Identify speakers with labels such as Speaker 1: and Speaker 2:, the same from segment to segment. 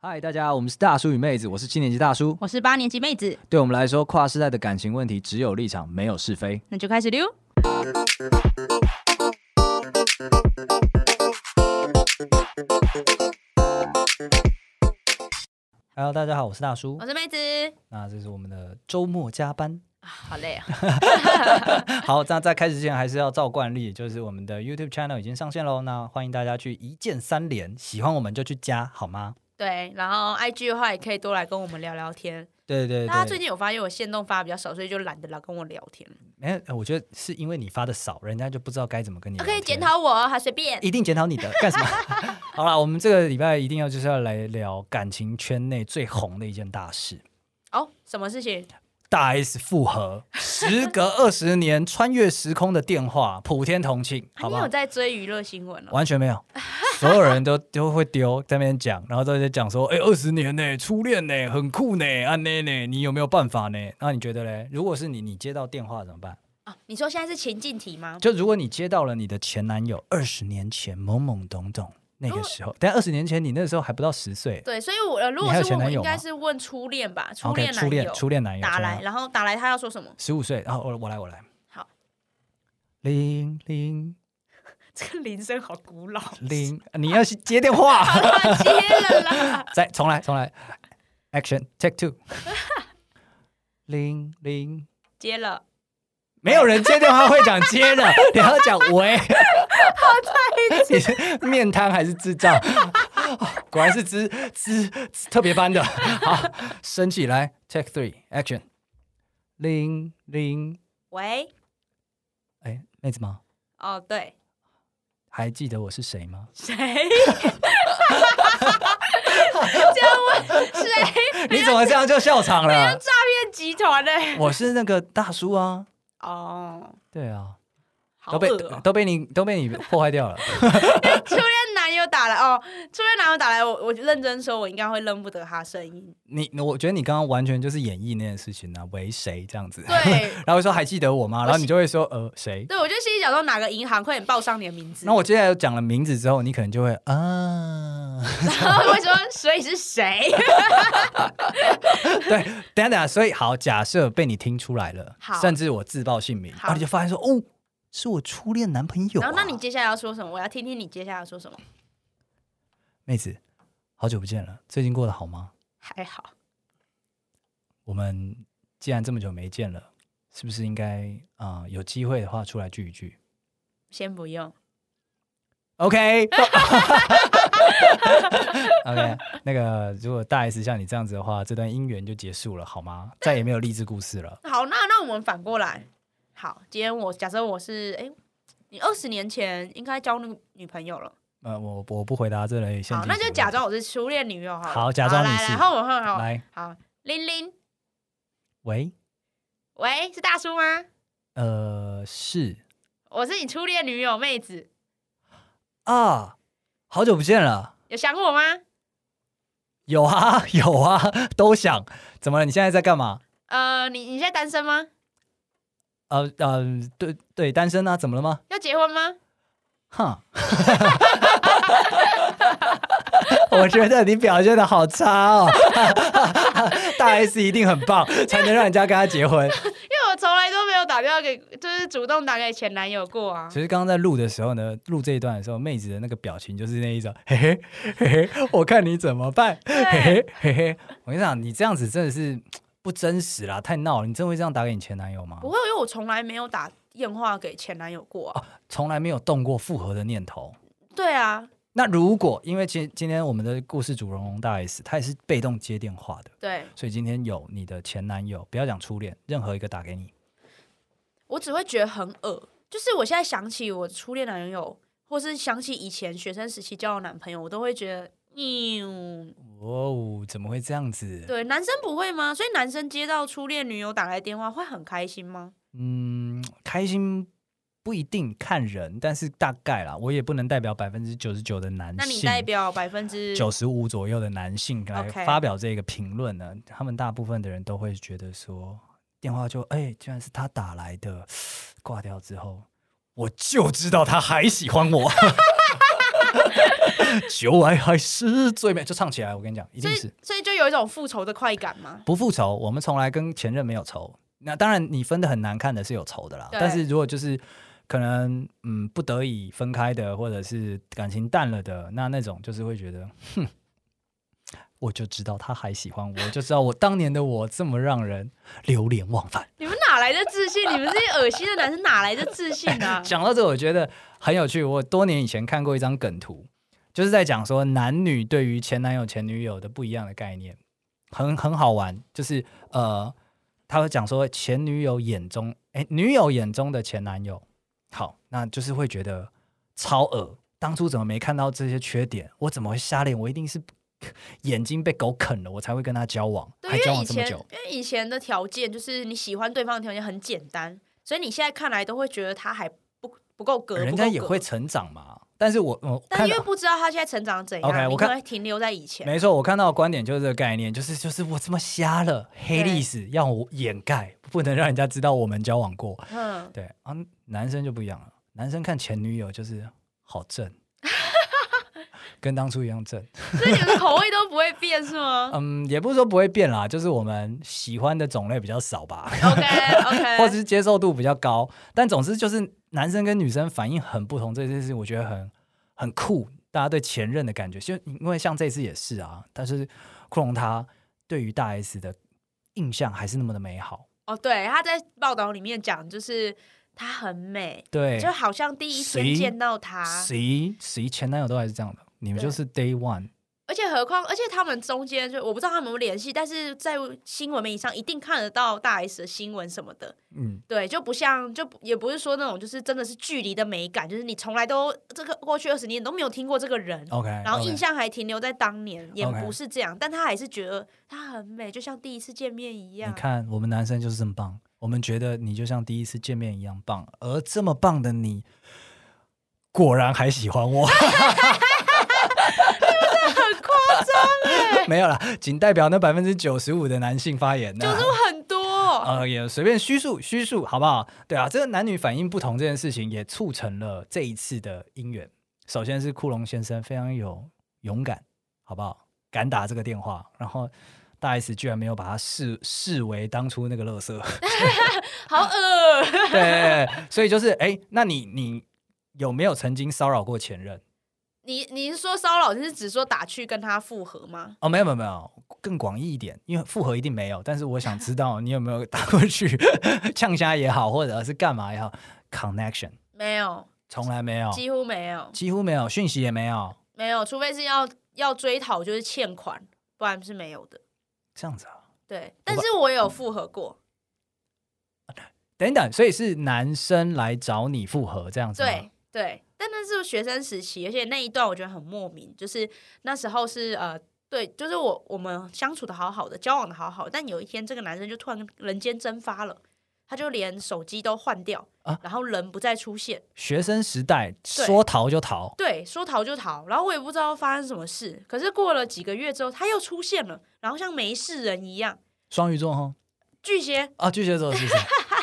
Speaker 1: 嗨，大家，我们是大叔与妹子，我是七年级大叔。
Speaker 2: 我是八年级妹子，
Speaker 1: 对我们来说，跨世代的感情问题只有立场，没有是非。
Speaker 2: 那就开始溜。
Speaker 1: Hello，大家好，我是大叔
Speaker 2: 我。是妹子
Speaker 1: 那这是我们的周末加班。
Speaker 2: 啊，好累啊！
Speaker 1: 好，那在开始之前，还是要照惯例，就是我们的 YouTube channel 已经上线喽。那欢迎大家去一键三连，喜欢我们就去加，好吗？
Speaker 2: 对，然后 IG 的话也可以多来跟我们聊聊天。
Speaker 1: 对对
Speaker 2: 大家最
Speaker 1: 对，
Speaker 2: 近有发现我限动发比较少，所以就懒得来跟我聊天。
Speaker 1: 哎、我觉得是因为你发的少，人家就不知道该怎么跟你聊
Speaker 2: 可以
Speaker 1: 天。
Speaker 2: 检讨我，还随便。
Speaker 1: 一定检讨你的，干什么？ 好啦，我们这个礼拜一定要就是要来聊感情圈内最红的一件大事
Speaker 2: 哦，什么事情？
Speaker 1: ——大 S 复合，时隔二十年穿越时空的电话，普天同庆，
Speaker 2: 啊、
Speaker 1: 好
Speaker 2: 你
Speaker 1: 不好
Speaker 2: 有？在追娱乐新闻哦？
Speaker 1: 完全没有，所有人都都会丢在那边讲，然后都在讲说，哎、二十年呢、初恋呢、很酷呢、啊呢呢，你有没有办法呢？那你觉得嘞？如果是你，你接到电话怎么办？
Speaker 2: 啊，你说现在是情境题吗？
Speaker 1: 就如果你接到了你的前男友二十年前懵懵懂懂那
Speaker 2: 哦
Speaker 1: 个时候，但二十年前你那时候还不到十岁，
Speaker 2: 对，所以我、呃如
Speaker 1: 你
Speaker 2: 果
Speaker 1: 还有
Speaker 2: 是
Speaker 1: 前
Speaker 2: 问我，
Speaker 1: 男友
Speaker 2: 应该
Speaker 1: 吗
Speaker 2: 是问初恋吧，初
Speaker 1: OK，
Speaker 2: 恋
Speaker 1: 初
Speaker 2: 男
Speaker 1: 恋
Speaker 2: 友
Speaker 1: 初恋男友
Speaker 2: 打来，然后打来他要说什么？
Speaker 1: 十五岁，然哦后我我来我来，
Speaker 2: 好，
Speaker 1: 零零
Speaker 2: 这个铃声好古 老，
Speaker 1: 零，你要去接电 话，
Speaker 2: 啊接了啦。
Speaker 1: 再重来重来，Action Take Two，零零，
Speaker 2: 接了，
Speaker 1: 没有人接电话会讲接 的，你要讲喂，好在你是 面瘫还是智障？ 哦果然是资资特别班的， 好，升起来，Take Three Action，零零，
Speaker 2: 喂，
Speaker 1: 哎，妹子吗？
Speaker 2: 哦，对，
Speaker 1: 还记得我是谁吗？
Speaker 2: 谁？这样问谁？
Speaker 1: 你怎么这样就笑场了？
Speaker 2: 诈骗集团欸呢、
Speaker 1: 我是那个大叔啊，
Speaker 2: 哦，
Speaker 1: 对啊，
Speaker 2: 好
Speaker 1: 都被
Speaker 2: 恶哦
Speaker 1: 都被你都被你破坏掉了。
Speaker 2: 初恋男友打来哦，初恋男友打来，我我认真说，我应该会认不得他声 音。
Speaker 1: 你我觉得你刚刚完全就是演绎那件事情啊，为谁这样子？
Speaker 2: 对
Speaker 1: 然后会说还记得我吗？然后你就会说呃谁？
Speaker 2: 对，我就心里想说，哪个银行快点报上你的名字？
Speaker 1: 那我接下来讲了名字之后，你可能就会啊，
Speaker 2: 然后会说，所以是谁？
Speaker 1: 哎对，等一下等一下，所以好，假设被你听出来了
Speaker 2: 好，
Speaker 1: 甚至我自报姓名，
Speaker 2: 好
Speaker 1: 然后你就发现说哦，是我初恋男朋友、啊。
Speaker 2: 然后那你接下来要说什么？我要听听你接下来要说什么。
Speaker 1: 妹子，好久不见了，最近过得好吗？
Speaker 2: 还好，
Speaker 1: 我们既然这么久没见了，是不是应该啊、呃有机会的话出来聚一聚
Speaker 2: 先不用。
Speaker 1: ？OK 。OK，那个如果大 S 像你这样子的话，这段姻缘就结束了，好吗？再也没有励志故事了。
Speaker 2: 好，那那我们反过来，好，今天我假设我是，哎、你二十年前应该交那个女朋友了。
Speaker 1: 呃，我我不回答这类陷
Speaker 2: 好，
Speaker 1: 阱
Speaker 2: 那
Speaker 1: 题
Speaker 2: 就
Speaker 1: 目
Speaker 2: 假装我是初恋女友好了。
Speaker 1: 好假装你
Speaker 2: 来来
Speaker 1: 是
Speaker 2: 换我换我换我。
Speaker 1: 来，
Speaker 2: 好，玲玲，
Speaker 1: 喂，
Speaker 2: 喂，是大叔吗？
Speaker 1: 呃，是
Speaker 2: 我是你初恋女友妹子，
Speaker 1: 啊，好久不见了。
Speaker 2: 有想我吗？
Speaker 1: 有啊， 有啊，都想。怎么了？你现在在干嘛？
Speaker 2: 呃，你你现在单身吗？
Speaker 1: 呃呃，对对，单身啊？怎么了吗？
Speaker 2: 要结婚吗？
Speaker 1: 哼， 我觉得你表现的好差哦， 大 S 一定很棒，才能让人家跟他结婚。
Speaker 2: 因为我从来都没有打电话给，就是主动打给前男友过啊。
Speaker 1: 其实刚刚在录的时候呢，录这一段的时候，妹子的那个表情就是那一种，嘿嘿嘿嘿，我看你怎么办，嘿嘿嘿嘿。我跟你讲，你这样子真的是不真实啦，太闹了。你真的会这样打给你前男友吗
Speaker 2: 不？会，因为我从来没有打电话给前男友过啊。
Speaker 1: 从来没有动过复合的念头。
Speaker 2: 对啊，
Speaker 1: 那如果因为今今天我们的故事主人公大 S，她也是被动接电话的。
Speaker 2: 对
Speaker 1: 所以今天有你的前男友，不要讲初恋，任何一个打给你，
Speaker 2: 我只会觉得很恶。就是我现在想起我初恋男友，或是想起以前学生时期交的男朋友，我都会觉得，嗯，
Speaker 1: 哦，怎么会这样子？
Speaker 2: 对，男生不会吗？所以男生接到初恋女友打来电话会很开心吗？
Speaker 1: 嗯，开心不一定看人，但是大概啦，我也不能代表百分之九十九的男
Speaker 2: 那你代
Speaker 1: 性，
Speaker 2: 表百分之
Speaker 1: 九十五左右的男性来
Speaker 2: OK
Speaker 1: 发表这个评论呢他们大部分的人都会觉得说，电话就哎、居然是他打来 的，挂掉之后，我就知道他还喜欢我。求爱还是最美，就唱起来。我跟你讲，一
Speaker 2: 所
Speaker 1: 定是
Speaker 2: 以所以就有一种复仇的快感嘛。
Speaker 1: 不复仇。我们从来跟前任没有仇。那当然，你分的很难看的是有仇的啦。
Speaker 2: 对
Speaker 1: 但是如果就是可能嗯不得已分开的，或者是感情淡了的，那那种就是会觉得，哼，我就知道他还喜欢我，我就知道我当年的我这么让人流连忘返。
Speaker 2: 你们哪来的自信？你们这些恶心的男生哪来的自信啊？
Speaker 1: 讲到这，我觉得很有趣。我多年以前看过一张梗图，就是在讲说男女对于前男友、前女友的不一样的概念，很很好玩。就是呃，他会讲说前女友眼中，哎，女友眼中的前男友，好，那就是会觉得超恶。当初怎么没看到这些缺点？我怎么会瞎恋？我一定是 眼睛被狗啃了，我才会跟他交往，
Speaker 2: 对，
Speaker 1: 还
Speaker 2: 因
Speaker 1: 交
Speaker 2: 为
Speaker 1: 往
Speaker 2: 以
Speaker 1: 这么
Speaker 2: 前
Speaker 1: 久。
Speaker 2: 因为以前的条件就是你喜欢对方的条件很简单，所以你现在看来都会觉得他还不不够格，
Speaker 1: 人
Speaker 2: 不
Speaker 1: 家
Speaker 2: 够
Speaker 1: 也
Speaker 2: 格
Speaker 1: 会，成长嘛。但是我我
Speaker 2: 但
Speaker 1: 看
Speaker 2: 因
Speaker 1: 到
Speaker 2: 为不知道他现在成长得怎样
Speaker 1: OK，
Speaker 2: 你
Speaker 1: 我
Speaker 2: 可
Speaker 1: 看
Speaker 2: 能会停留在以前。
Speaker 1: 没错，我看到的观点就是这个概念，就是就是我这么瞎了，黑历史要我掩盖，不能让人家知道我们交往过。
Speaker 2: 嗯，
Speaker 1: 对啊，男生就不一样了，男生看前女友就是好正，跟当初一样正。
Speaker 2: 所以你们的口味都不会变 是吗
Speaker 1: 嗯，也不是说不会变啦，就是我们喜欢的种类比较少吧，
Speaker 2: ？OK
Speaker 1: 或
Speaker 2: OK，
Speaker 1: 者是接受度比较高。但总之就是男生跟女生反应很不同，这件事我觉得很很酷。大家对前任的感觉，就因为像这次也是啊，但是库龙他对于大 S 的印象还是那么的美好，
Speaker 2: 哦，对，他在报道里面讲，就是她很美，
Speaker 1: 对，
Speaker 2: 就好像第一
Speaker 1: 谁
Speaker 2: 天见到她，
Speaker 1: 谁谁前男友都还是这样的，你们
Speaker 2: 对
Speaker 1: 就是 day one，
Speaker 2: 而且何况，而且他们中间就我不知道他们有没有联系，但是在新闻媒体上一定看得到大 S 的新闻什么的。
Speaker 1: 嗯，
Speaker 2: 对，就不像，就也不是说那种，就是真的是距离的美感，就是你从来都这个过去二十年都没有听过这个人
Speaker 1: OK，
Speaker 2: 然后
Speaker 1: OK
Speaker 2: 印象还停留在当年，也
Speaker 1: OK
Speaker 2: 不是这样但他还是觉得她很美，就像第一次见面一样
Speaker 1: 你。看，我们男生就是这么棒，我们觉得你就像第一次见面一样棒，而这么棒的你，果然还喜欢 我。
Speaker 2: 欸
Speaker 1: 没有啦，仅代表那百分之九十五的男性发言呢啊
Speaker 2: 就。是很多、
Speaker 1: 呃，也随便虚数虚数，好不好？对啊，这个男女反应不同这件事情，也促成了这一次的姻缘。首先是库龙先生非常有勇敢，好不好？敢打这个电话，然后大 S 居然没有把他视视为当初那个垃圾。
Speaker 2: 好恶。
Speaker 1: 对，所以就是哎、那你你有没有曾经骚扰过前任？
Speaker 2: 你你是说骚扰，就是只说打趣跟他复合吗？
Speaker 1: 哦，没有没有没有，更广义一点，因为复合一定没有，但是我想知道你有没有打过去 呛虾也好，或者是干嘛也好，connection
Speaker 2: 没有，
Speaker 1: 从来没有，
Speaker 2: 几乎没有，
Speaker 1: 几乎没有，讯息也没有，
Speaker 2: 没有，除非是要要追讨就是欠款，不然是没有的。
Speaker 1: 这样子啊。
Speaker 2: 对，但是我有复合过，
Speaker 1: 等等，所以是男生来找你复合这样子吗？
Speaker 2: 对对，但那是学生时期，而且那一段我觉得很莫名，就是那时候是呃，对，就是我我们相处的好好的，交往的好好的，但有一天这个男生就突然人间蒸发了，他就连手机都换掉，
Speaker 1: 啊
Speaker 2: 然后人不再出现，
Speaker 1: 学生时代说逃就逃，
Speaker 2: 对，说逃就逃，然后我也不知道发生什么事，可是过了几个月之后，他又出现了，然后像没事人一样，
Speaker 1: 双鱼座哈
Speaker 2: 巨蟹。
Speaker 1: 啊，巨蟹座 是不是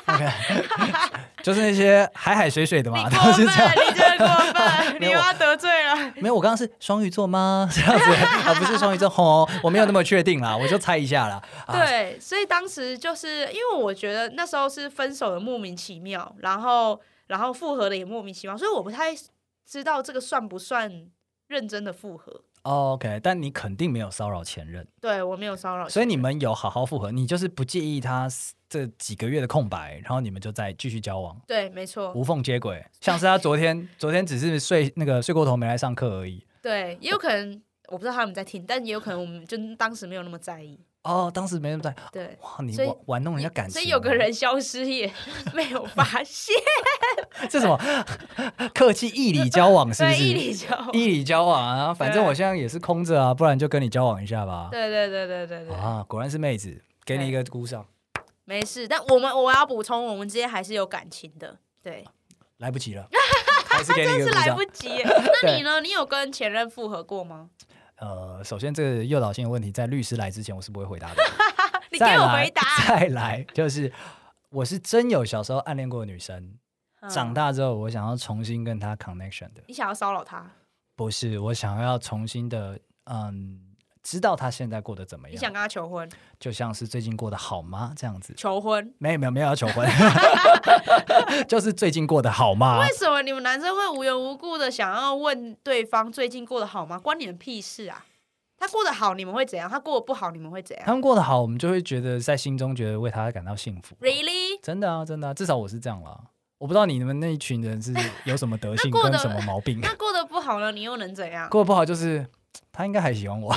Speaker 1: ？OK，就是 那些海海水水的
Speaker 2: 你
Speaker 1: 嘛，
Speaker 2: 过
Speaker 1: 都
Speaker 2: 分，
Speaker 1: 是这样。
Speaker 2: 你真的过分，
Speaker 1: 没
Speaker 2: 你
Speaker 1: 有
Speaker 2: 又要得罪了。
Speaker 1: 没有，我刚刚是双鱼座吗？ 这样子啊，不是双鱼座哦，我没有那么确定啦，我 就猜一下啦。啊，
Speaker 2: 对，所以当时就是因为我觉得那时候是分手的莫名其妙，然后然后复合的也莫名其妙，所以我不太知道这个算不算认真的复合。
Speaker 1: 哦 OK，但你肯定没有骚扰前任，
Speaker 2: 对我没有骚扰，
Speaker 1: 所以你们有好好复合，你就是不介意他这几个月的空白，然后你们就再继续交往，
Speaker 2: 对，没错，
Speaker 1: 无缝接轨。像是他昨天，昨天只是睡那个睡过头没来上课而已。
Speaker 2: 对，也有可能我不知道他们在听，但也有可能我们就当时没有那么在意，
Speaker 1: 哦，当时没人在，
Speaker 2: 对。
Speaker 1: 哇，你
Speaker 2: 所以
Speaker 1: 玩玩弄人家感情，啊
Speaker 2: 所以有个，人消失也 没有 发现，
Speaker 1: 这什么客气义理交往是不
Speaker 2: 对，
Speaker 1: 是？
Speaker 2: 一理就
Speaker 1: 义理交往啊，反正
Speaker 2: 对
Speaker 1: 我现在也是空着啊，不然就跟你交往一下吧。
Speaker 2: 对对对对对对，
Speaker 1: 啊，果然是妹子，给你一个鼓掌。
Speaker 2: 没事。但我们我要补充，我们之间还是有感情的，对。
Speaker 1: 来不及 了，还是给你一个
Speaker 2: 是
Speaker 1: 鼓
Speaker 2: 来
Speaker 1: 掌
Speaker 2: 不。及耶。那你呢？你有跟前任复合过吗？
Speaker 1: 呃，首先这个诱导性的问题，在律师来之前我是不会回答的。
Speaker 2: 你给
Speaker 1: 再
Speaker 2: 我
Speaker 1: 来
Speaker 2: 回答。
Speaker 1: 再来就是，我是真有小时候暗恋过的女生，
Speaker 2: 嗯
Speaker 1: 长，大之后我想要重新跟她 connection 的。
Speaker 2: 你想要骚扰他？
Speaker 1: 不是，我想要重新的，嗯，知道他现在过得怎么
Speaker 2: 你想
Speaker 1: 样，
Speaker 2: 跟他求婚？
Speaker 1: 就像是最近过得好吗这样子。
Speaker 2: 求婚？
Speaker 1: 没有没有没有要求 婚，就是最近过得好吗
Speaker 2: 为？什么你们男生会无缘无故的想要问对方最近过得好吗？关你们屁事啊！他过得好，你们会怎样？他过得不好，你们会怎样
Speaker 1: 他们过得好，我们就会觉得在心中觉得为他感到幸福。
Speaker 2: ？Really？
Speaker 1: 真的啊，真的啊，至少我是这样啦。我不知道你们那一群人是有什么德性
Speaker 2: 那过
Speaker 1: 跟
Speaker 2: 得
Speaker 1: 什么毛病，
Speaker 2: 那过得不好呢？你又能怎样？
Speaker 1: 过得不好就是他应该还喜欢我。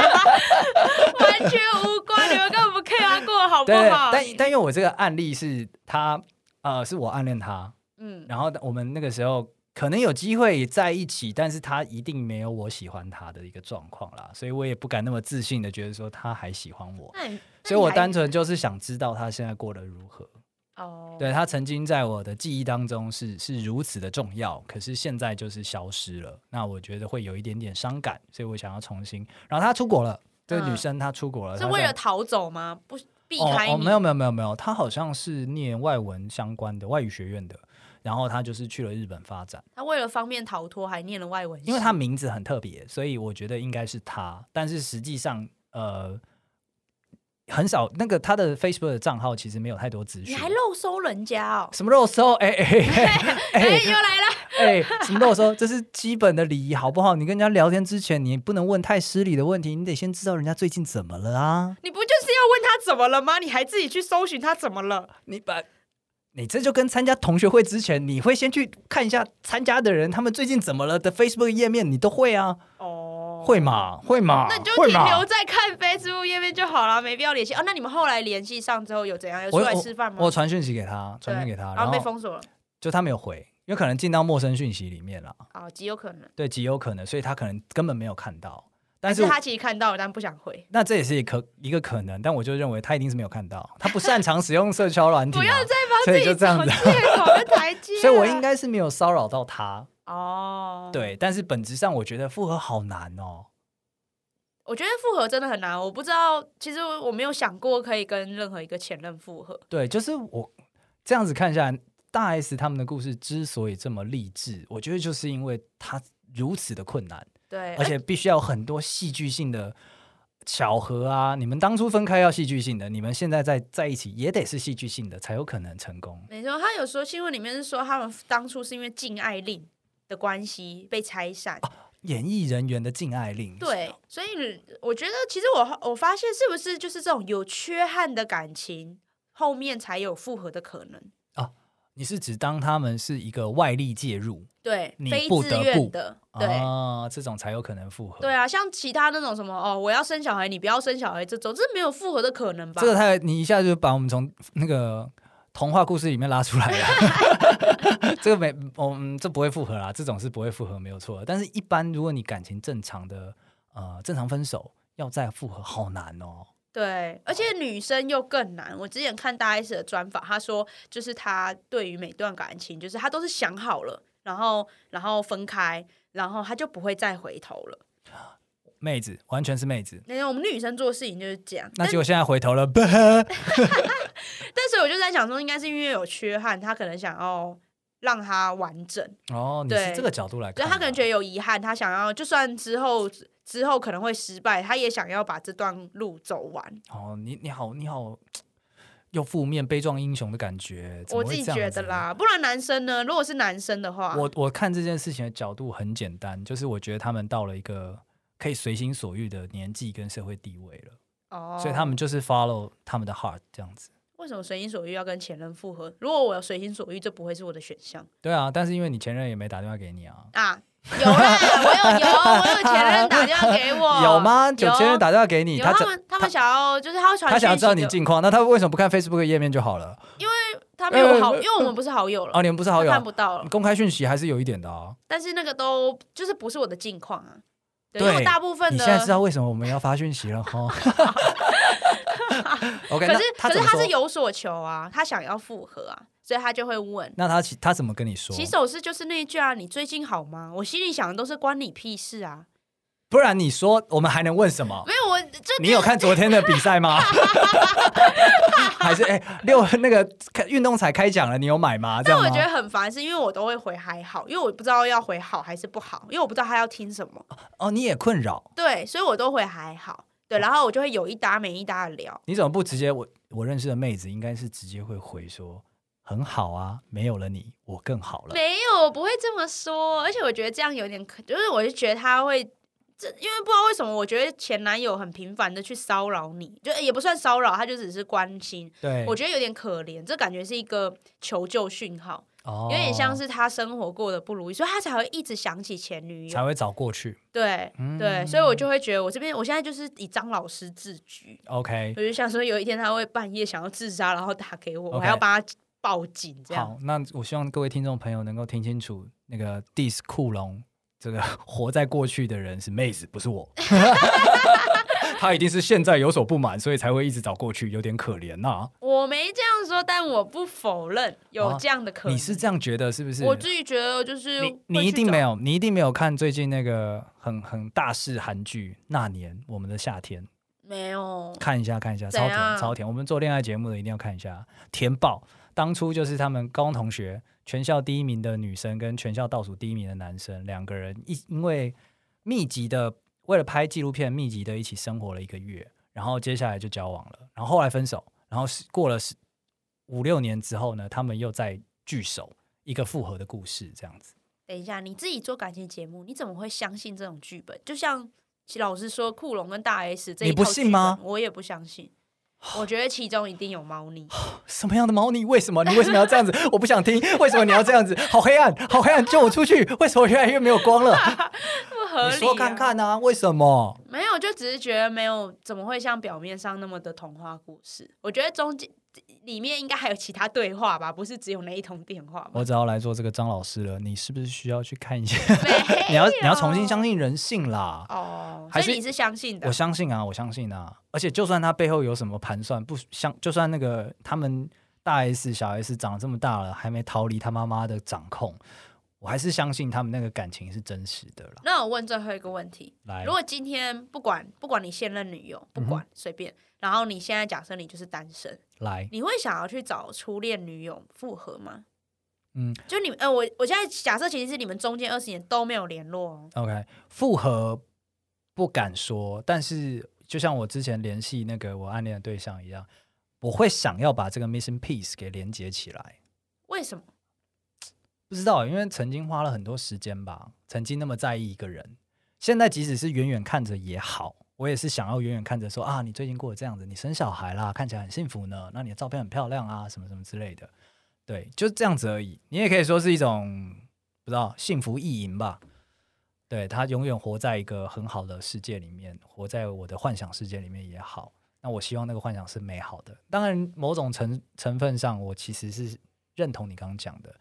Speaker 2: 完全无关，你们根本不 care 他过得好不
Speaker 1: 对，
Speaker 2: 好？
Speaker 1: 但但因为我这个案例是他，呃，是我暗恋他，
Speaker 2: 嗯，
Speaker 1: 然后我们那个时候可能有机会在一起，但是他一定没有我喜欢他的一个状况啦，所以我也不敢那么自信的觉得说他还喜欢我，
Speaker 2: 那你
Speaker 1: 所以我单纯就是想知道他现在过得如何。
Speaker 2: 哦，
Speaker 1: 对他曾经在我的记忆当中是是如此的重要，可是现在就是消失了，那我觉得会有一点点伤感，所以我想要重新。然后他出国了，这个女
Speaker 2: 嗯
Speaker 1: 生她出国了，
Speaker 2: 是
Speaker 1: 她
Speaker 2: 为
Speaker 1: 在哦
Speaker 2: 了逃走吗？不避开你？
Speaker 1: 哦哦。没有没有没有没有，他好像是念外文相关的外语学院的，然后他就是去了日本发展。
Speaker 2: 他为了方便逃脱，还念了外文系，
Speaker 1: 因为他名字很特别，所以我觉得应该是他，但是实际上呃很少那个他的 Facebook 的账号其实没有太多资
Speaker 2: 你
Speaker 1: 讯。
Speaker 2: 还漏搜人家哦。
Speaker 1: 什么肉搜？哎 哎 哎
Speaker 2: 哎、
Speaker 1: 哎
Speaker 2: 又来了！
Speaker 1: 哎！什么肉搜？这是基本的礼仪，好不好？你跟人家聊天之前，你不能问太失礼的问题，你得先知道人家最近怎么了啊！
Speaker 2: 你不就是要问他怎么了吗？你还自己去搜寻他怎么了？
Speaker 1: 你把，你这就跟参加同学会之前，你会先去看一下参加的人他们最近怎么了的 Facebook 页面，你都会啊，
Speaker 2: 哦，
Speaker 1: 会嘛，会嘛，
Speaker 2: 那你就
Speaker 1: 会
Speaker 2: 停
Speaker 1: 嘛
Speaker 2: 留。在看 Facebook 页面就好了，没必要联系哦。那你们后来联系上之后有怎样？呃有出
Speaker 1: 我
Speaker 2: 来吃饭吗？
Speaker 1: 我我传讯息给他，
Speaker 2: 对
Speaker 1: 传讯给他，
Speaker 2: 然
Speaker 1: 然
Speaker 2: 后被
Speaker 1: 后
Speaker 2: 封锁了。
Speaker 1: 就他没有回，因为可能进到陌生讯息里面了，
Speaker 2: 哦，极有可能。
Speaker 1: 对，极有可能，所以他可能根本没有看到。但
Speaker 2: 但
Speaker 1: 是
Speaker 2: 是他其实看到了，但不想回。
Speaker 1: 那这也是一可一个可能，但我就认为他一定是没有看到，他不擅长使用社交软体、啊，
Speaker 2: 不要再帮
Speaker 1: 所
Speaker 2: 自
Speaker 1: 以
Speaker 2: 己
Speaker 1: 就这样
Speaker 2: 找
Speaker 1: 子
Speaker 2: 借口跟台阶了。
Speaker 1: 所以我应该是没有骚扰到他，
Speaker 2: 哦，，
Speaker 1: 对。但是本质上，我觉得复合好难哦。
Speaker 2: 我觉得复合真的很难。我不知道，其实我没有想过可以跟任何一个前任复合。
Speaker 1: 对，就是我这样子看下来，大 S 他们的故事之所以这么励志，我觉得就是因为它如此的困难，
Speaker 2: 对，
Speaker 1: 而且必须要有很多戏剧性的巧合啊。你们当初分开要戏剧性的，你们现在在在一起也得是戏剧性的，才有可能成功。
Speaker 2: 没错，他有说新闻里面是说他们当初是因为禁爱令的关系被拆散。
Speaker 1: 哦演艺人员的禁爱令，
Speaker 2: 对，所以我觉得其实我我发现是不是就是这种有缺憾的感情，后面才有复合的可能。
Speaker 1: 你是指当他们是一个外力介入
Speaker 2: 对，
Speaker 1: 你
Speaker 2: 非
Speaker 1: 不
Speaker 2: 自
Speaker 1: 得不
Speaker 2: 愿的，对。
Speaker 1: 啊，这种才有可能复合。
Speaker 2: 对啊，像其他那种什么哦，我要生小孩，你不要生小孩这种，这没有复合的可能吧？
Speaker 1: 这个太你一下就把我们从那个童话故事里面拉出来了。 这个没，嗯，这不会复合啦，这种是不会复合，没有错。但是，一般如果你感情正常的，呃，正常分手要再复合，好难哦。
Speaker 2: 对，而且女生又更难。我之前看大 S 的专访，她说就是她对于每段感情，就是她都是想好了，然后然后分开，然后她就不会再回头了。
Speaker 1: 妹子，完全是妹子。
Speaker 2: 那我们女生做事情就是这样。
Speaker 1: 那
Speaker 2: 但
Speaker 1: 结果现在回 头了， 不，
Speaker 2: 但是我就在想说，应该是因为有缺憾，她可能想要让它完整，
Speaker 1: 哦，你是
Speaker 2: 对
Speaker 1: 这个角度来
Speaker 2: 就
Speaker 1: 看啊，
Speaker 2: 她可能觉得有遗憾，她想要就算之后之后可能会失败，她也想要把这段路走完。
Speaker 1: 哦，你你好，你好，又负面悲壮英雄的感觉，怎
Speaker 2: 我
Speaker 1: 么会
Speaker 2: 自己
Speaker 1: 这样
Speaker 2: 觉
Speaker 1: 子
Speaker 2: 得
Speaker 1: 呢
Speaker 2: 啦，不然男生呢？如果是男生的话，
Speaker 1: 我我看这件事情的角度很简单，就是我觉得他们到了一个可以随心所欲的年纪跟社会地位了，
Speaker 2: 哦，
Speaker 1: 所以他们就是 follow 他们的 heart 这样子。
Speaker 2: 为什么随心所欲要跟前任复合？如果我有随心所欲，这不会是我的选项
Speaker 1: 对啊，但是因为你前任也没打电话给你啊，
Speaker 2: 啊！有啦，我有有，我有前任打电话给我，
Speaker 1: 有吗？有前任打电话给你，
Speaker 2: 哦有
Speaker 1: 他
Speaker 2: 他
Speaker 1: 怎
Speaker 2: 们，他们想要就是他会传
Speaker 1: 他想要
Speaker 2: 讯息
Speaker 1: 知道你
Speaker 2: 给我，
Speaker 1: 近况，那他为什么不看 Facebook 页面就好了？
Speaker 2: 他没有好，
Speaker 1: 呃
Speaker 2: 因为我们不是好友了，
Speaker 1: 哦，你们不是好友
Speaker 2: 他看，不到了。
Speaker 1: 公开讯息还是有一点的啊。
Speaker 2: 但是那个都就是不是我的近况啊，对，
Speaker 1: 对
Speaker 2: 因为我大部分
Speaker 1: 你
Speaker 2: 的
Speaker 1: 现在知道为什么我们要发讯息了 哈？OK，
Speaker 2: 可
Speaker 1: 那
Speaker 2: 是
Speaker 1: 他
Speaker 2: 可是
Speaker 1: 怎么
Speaker 2: 他
Speaker 1: 说
Speaker 2: 是有所求啊，他想要复合啊，所以他就会问。
Speaker 1: 那他其他怎么跟你说？
Speaker 2: 起手式就是那一句啊，你最近好吗？我心里想的都是关你屁事啊。
Speaker 1: 不然你说我们还能问什 么？
Speaker 2: 没有，我就
Speaker 1: 你有看昨天的比赛吗？ 还是哎、六那个运动彩开奖了，你有买吗？这
Speaker 2: 但
Speaker 1: 样
Speaker 2: 我
Speaker 1: 吗
Speaker 2: 觉？得很烦，是因为我都会回还好，因为我不知道要回好还是不好，因为我不知道他要听什么，
Speaker 1: 哦，你也困扰，
Speaker 2: 对，所以我都回还好。对，然后我就会有一搭没一搭的聊，
Speaker 1: 你怎么不直接我我认识的妹子应该是直接会回说很好啊，没有了你我更好了。
Speaker 2: 没有，我不会这么说，而且我觉得这样有点可，就是我就觉得他会，这因为不知道为什么，我觉得前男友很频繁的去骚扰你，就也不算骚扰，他就只是关心，
Speaker 1: 对，
Speaker 2: 我觉得有点可怜，这感觉是一个求救讯号，
Speaker 1: 哦
Speaker 2: 有点像是他生活过得不如意，所以他才会一直想起前女友
Speaker 1: 才。会找过去。嗯
Speaker 2: 对、对，所以我就会觉得我这边我现在就是以张老师自居，
Speaker 1: OK，
Speaker 2: 我就想说有一天他会半夜想要自杀，然后打给我，我
Speaker 1: OK
Speaker 2: 还要帮他报警这样。
Speaker 1: 好，那我希望各位听众朋友能够听清楚，那个 dis 库龙这个 活在过去的人是妹子，不是我。 他一定是现在有所不满，所以才会一直找过去，有点可怜呐、
Speaker 2: 我没这样说，但我不否认有
Speaker 1: 啊
Speaker 2: 这样的可能。
Speaker 1: 你是这样觉得是不是？
Speaker 2: 我自己觉得就是
Speaker 1: 你
Speaker 2: 会
Speaker 1: 你一
Speaker 2: 去
Speaker 1: 定没
Speaker 2: 找。
Speaker 1: 有，你一定没有看最近那个很很大势韩剧《那年我们的夏天》，
Speaker 2: 没有，
Speaker 1: 看一下看一下，
Speaker 2: 怎
Speaker 1: 超甜
Speaker 2: 样
Speaker 1: 超甜。我们做恋爱节目的一定要看一下，甜爆！当初就是他们高中同学，全校第一名的女生跟全校倒数第一名的男生，两个人一因为密集的为了拍纪录片，密集的一起生活了一个月，然后接下来就交往了，然后后来分手，然后是过了十五六年之后呢，他们又再聚首，一个复合的故事这样子。
Speaker 2: 等一下，你自己做感情节目，你怎么会相信这种剧本？就像老师说，库龙跟大 S 这一
Speaker 1: 你不
Speaker 2: 套
Speaker 1: 信
Speaker 2: 剧本
Speaker 1: 吗
Speaker 2: 我也不相信，我觉得其中一定有猫腻。
Speaker 1: 什么样的猫腻？为什么你为什么要这样子？我不想听，为什么你要这样子？好黑暗，好黑暗，救我出去！为什么越来越没有光了？
Speaker 2: 不合理、啊。
Speaker 1: 你说看看啊，为什么？
Speaker 2: 没有，就只是觉得没有，怎么会像表面上那么的童话故事？我觉得中间里面应该还有其他对话吧，不是只有那一通电话吧？
Speaker 1: 我只要来做这个张老师了，你是不是需要去看一下？
Speaker 2: 没有
Speaker 1: 你要你要重新相信人性啦。
Speaker 2: 哦，所
Speaker 1: 还是
Speaker 2: 以你是相信的
Speaker 1: 我？相信啊，我相信啊，而且就算他背后有什么盘算，不像就算那个他们大 S 小 S 长这么大了，还没逃离他妈妈的掌控，我还是相信他们那个感情是真实的啦。
Speaker 2: 那我问最后一个问题：
Speaker 1: 来嗯
Speaker 2: 如，果今天不管不管你现任女友，不管随、便，然后你现在假设你就是单身，
Speaker 1: 来，
Speaker 2: 你会想要去找初恋女友复合吗？
Speaker 1: 嗯
Speaker 2: 就你们呃，我我现在假设其实是你们中间二十年都没有联络哦，
Speaker 1: OK，复合不敢说，但是就像我之前联系那个我暗恋的对象一样，我会想要把这个 missing piece 给连接起来。
Speaker 2: 为什么？
Speaker 1: 不知道，因为曾经花了很多时间吧，曾经那么在意一个人，现在即使是远远看着也好，我也是想要远远看着说啊，你最近过得这样子，你生小孩啦，看起来很幸福呢，那你的照片很漂亮啊，什么什么之类的，对，就这样子而已。你也可以说是一种不知道幸福意淫吧，对他永远活在一个很好的世界里面，活在我的幻想世界里面也好。那我希望那个幻想是美好的。当然，某种成成分上，我其实是认同你刚刚讲的，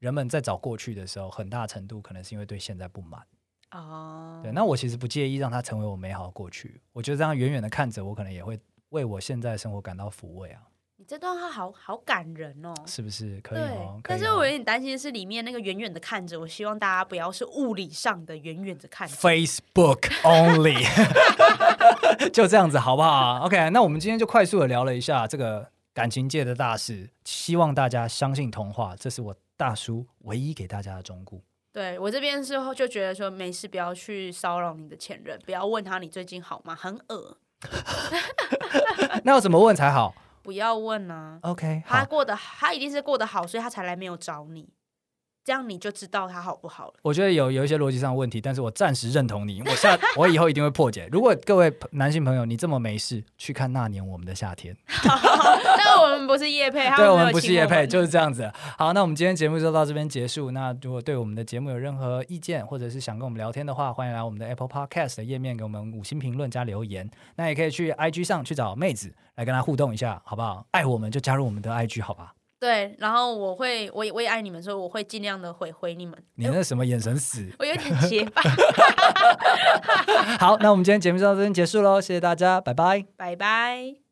Speaker 1: 人们在找过去的时候，很大程度可能是因为对现在不满。
Speaker 2: 哦，
Speaker 1: 对，那我其实不介意让它成为我美好的过去。我觉得这样远远的看着，我可能也会为我现在的生活感到抚慰啊，
Speaker 2: 你这段话好好感人哦。
Speaker 1: 是不是？可以
Speaker 2: 对，
Speaker 1: 哦，可
Speaker 2: 但
Speaker 1: 以
Speaker 2: 是我
Speaker 1: 哦。
Speaker 2: 有点担心的是里面那个远远的看着，我希望大家不要是物理上的远远的看着。
Speaker 1: Facebook only，就这样子好不好？OK，那我们今天就快速的聊了一下这个感情界的大事，希望大家相信童话，这是我大叔唯一给大家的忠告。
Speaker 2: 对我这边是就觉得说没事，不要去骚扰你的前任，不要问他你最近好吗，很恶，
Speaker 1: 那要怎么问才好
Speaker 2: 不要问啊。
Speaker 1: ？OK，好
Speaker 2: 他，过得他一定是过得好，所以他才来没有找你，这样你就知道他好不好了。
Speaker 1: 我觉得有有一些逻辑上的问题，但是我暂时认同你，我下我以后一定会破解。如果各位朋男性朋友你这么没事，去看《那年我们的夏天》
Speaker 2: 但我们不是叶配，他
Speaker 1: 对
Speaker 2: 没有
Speaker 1: 我们不是
Speaker 2: 请
Speaker 1: 叶配，
Speaker 2: 们
Speaker 1: 就是这样子。好，那我们今天节目就到这边结束。那如果对我们的节目有任何意见，或者是想跟我们聊天的话，欢迎来我们的 Apple Podcast 的页面给我们五星评论加留言。那也可以去 IG 上去找妹子来跟她互动一下，好不好？爱我们就加入我们的 IG，好吧？
Speaker 2: 对，然后我会我也我也爱你们，所以我会尽量的回回你们。
Speaker 1: 你那什么眼神死？
Speaker 2: 我有点结 巴，
Speaker 1: 好，那我们今天节目就到这边结束喽，谢谢大家，拜拜。
Speaker 2: 拜拜。